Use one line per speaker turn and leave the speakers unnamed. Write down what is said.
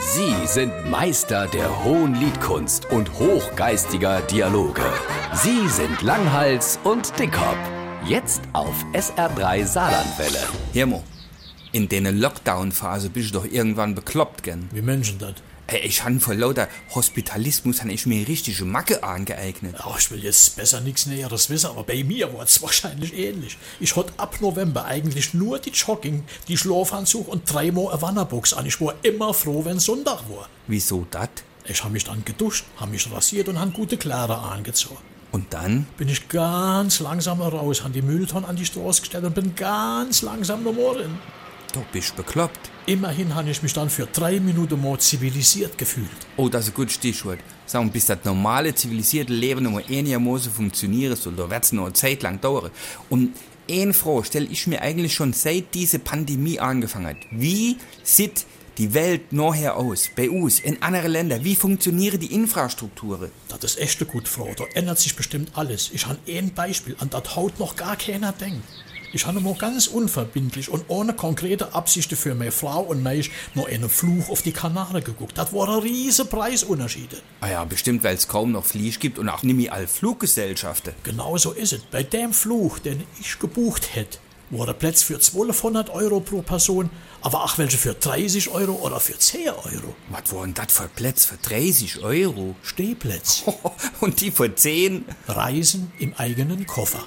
Sie sind Meister der hohen Liedkunst und hochgeistiger Dialoge. Sie sind Langhals und Dickhop. Jetzt auf SR3 Saarlandwelle.
Hirmo, in der Lockdown-Phase bist du doch irgendwann bekloppt, gell?
Wie Menschen das?
Ey, ich han vor lauter Hospitalismus han ich mir richtige Macke angeeignet.
Ach, ich will jetzt besser nichts Näheres wissen, aber bei mir war es wahrscheinlich ähnlich. Ich hatte ab November eigentlich nur die Jogging, die Schlafanzug und dreimal eine Wannerbox an. Ich war immer froh, wenn Sonntag war.
Wieso dat?
Ich habe mich dann geduscht, habe mich rasiert und habe gute Kleider angezogen.
Und dann?
Bin ich ganz langsam raus, habe die Mülltonnen an die Straße gestellt und bin ganz langsam nochmal rein.
Du bist bekloppt.
Immerhin habe ich mich dann für drei Minuten mal zivilisiert gefühlt.
Oh, das ist ein gutes Stichwort. Sag mal, bis das normale, zivilisierte Leben nur einigermaßen funktionieren soll, da wird's noch eine Zeit lang dauern. Und ein froh stelle ich mir eigentlich schon seit diese Pandemie angefangen hat. Wie sieht die Welt nachher aus? Bei uns, in anderen Ländern, wie funktionieren die Infrastrukturen?
Das ist echt eine gute Frau, da ändert sich bestimmt alles. Ich habe ein Beispiel, an das haut noch gar keiner denkt. Ich habe mal ganz unverbindlich und ohne konkrete Absichten für meine Frau und mich noch einen Fluch auf die Kanaren geguckt. Das waren riese Preisunterschiede.
Ah ja, bestimmt, weil es kaum noch Fliege gibt und auch nicht mehr alle Fluggesellschaften.
Genau so ist es. Bei dem Fluch, den ich gebucht hätte, wurde Platz für 1200 Euro pro Person, aber ach welche für 30 Euro oder für 10 Euro.
Was waren das für Plätze für 30 Euro?
Stehplätze.
Und die für 10?
Reisen im eigenen Koffer.